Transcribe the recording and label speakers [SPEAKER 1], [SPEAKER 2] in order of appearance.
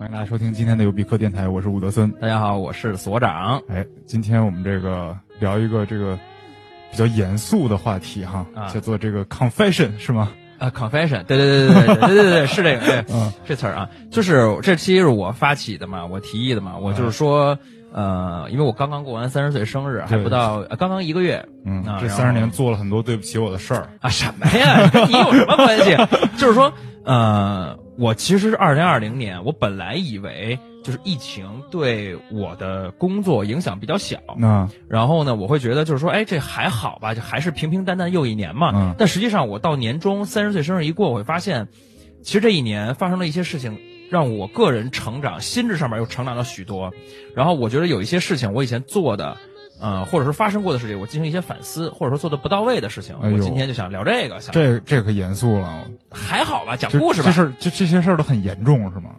[SPEAKER 1] 大家收听今天的尤比克电台，我是伍德森。
[SPEAKER 2] 大家好，我是所长
[SPEAKER 1] 哎，今天我们这个聊一个这个比较严肃的话题哈，
[SPEAKER 2] 啊
[SPEAKER 1] 叫做这个 confession 是吗？
[SPEAKER 2] 啊，confession，对对对对对对对对对，是这个，对
[SPEAKER 1] 嗯，
[SPEAKER 2] 这词儿啊，就是这期是我发起的嘛，我提议的嘛，我就是说，呃，因为我刚刚过完三十岁生日，还
[SPEAKER 1] 对
[SPEAKER 2] 不到，呃刚刚一个月
[SPEAKER 1] 嗯，
[SPEAKER 2] 啊
[SPEAKER 1] 这
[SPEAKER 2] 然后
[SPEAKER 1] 三十年做了很多对不起我的事儿。
[SPEAKER 2] 啊，什么呀？跟你有什么关系？就是说，呃，我其实二零二零年，我本来以为就是疫情对我的工作影响比较小，
[SPEAKER 1] 那
[SPEAKER 2] 然后呢，我会觉得就是说，哎，这还好吧，就还是平平淡淡又一年嘛。
[SPEAKER 1] 嗯
[SPEAKER 2] 但实际上，我到年终三十岁生日一过，我会发现，其实这一年发生了一些事情，让我个人成长，心智上面又成长了许多。然后我觉得有一些事情我以前做的，呃，或者是发生过的事情，我进行一些反思，或者说做的不到位的事情，
[SPEAKER 1] 哎呦
[SPEAKER 2] 我今天就想聊这个。想
[SPEAKER 1] 这这可严肃了，
[SPEAKER 2] 还好吧，讲
[SPEAKER 1] 这
[SPEAKER 2] 故事吧
[SPEAKER 1] 这。事儿这这些事儿都很严重是吗？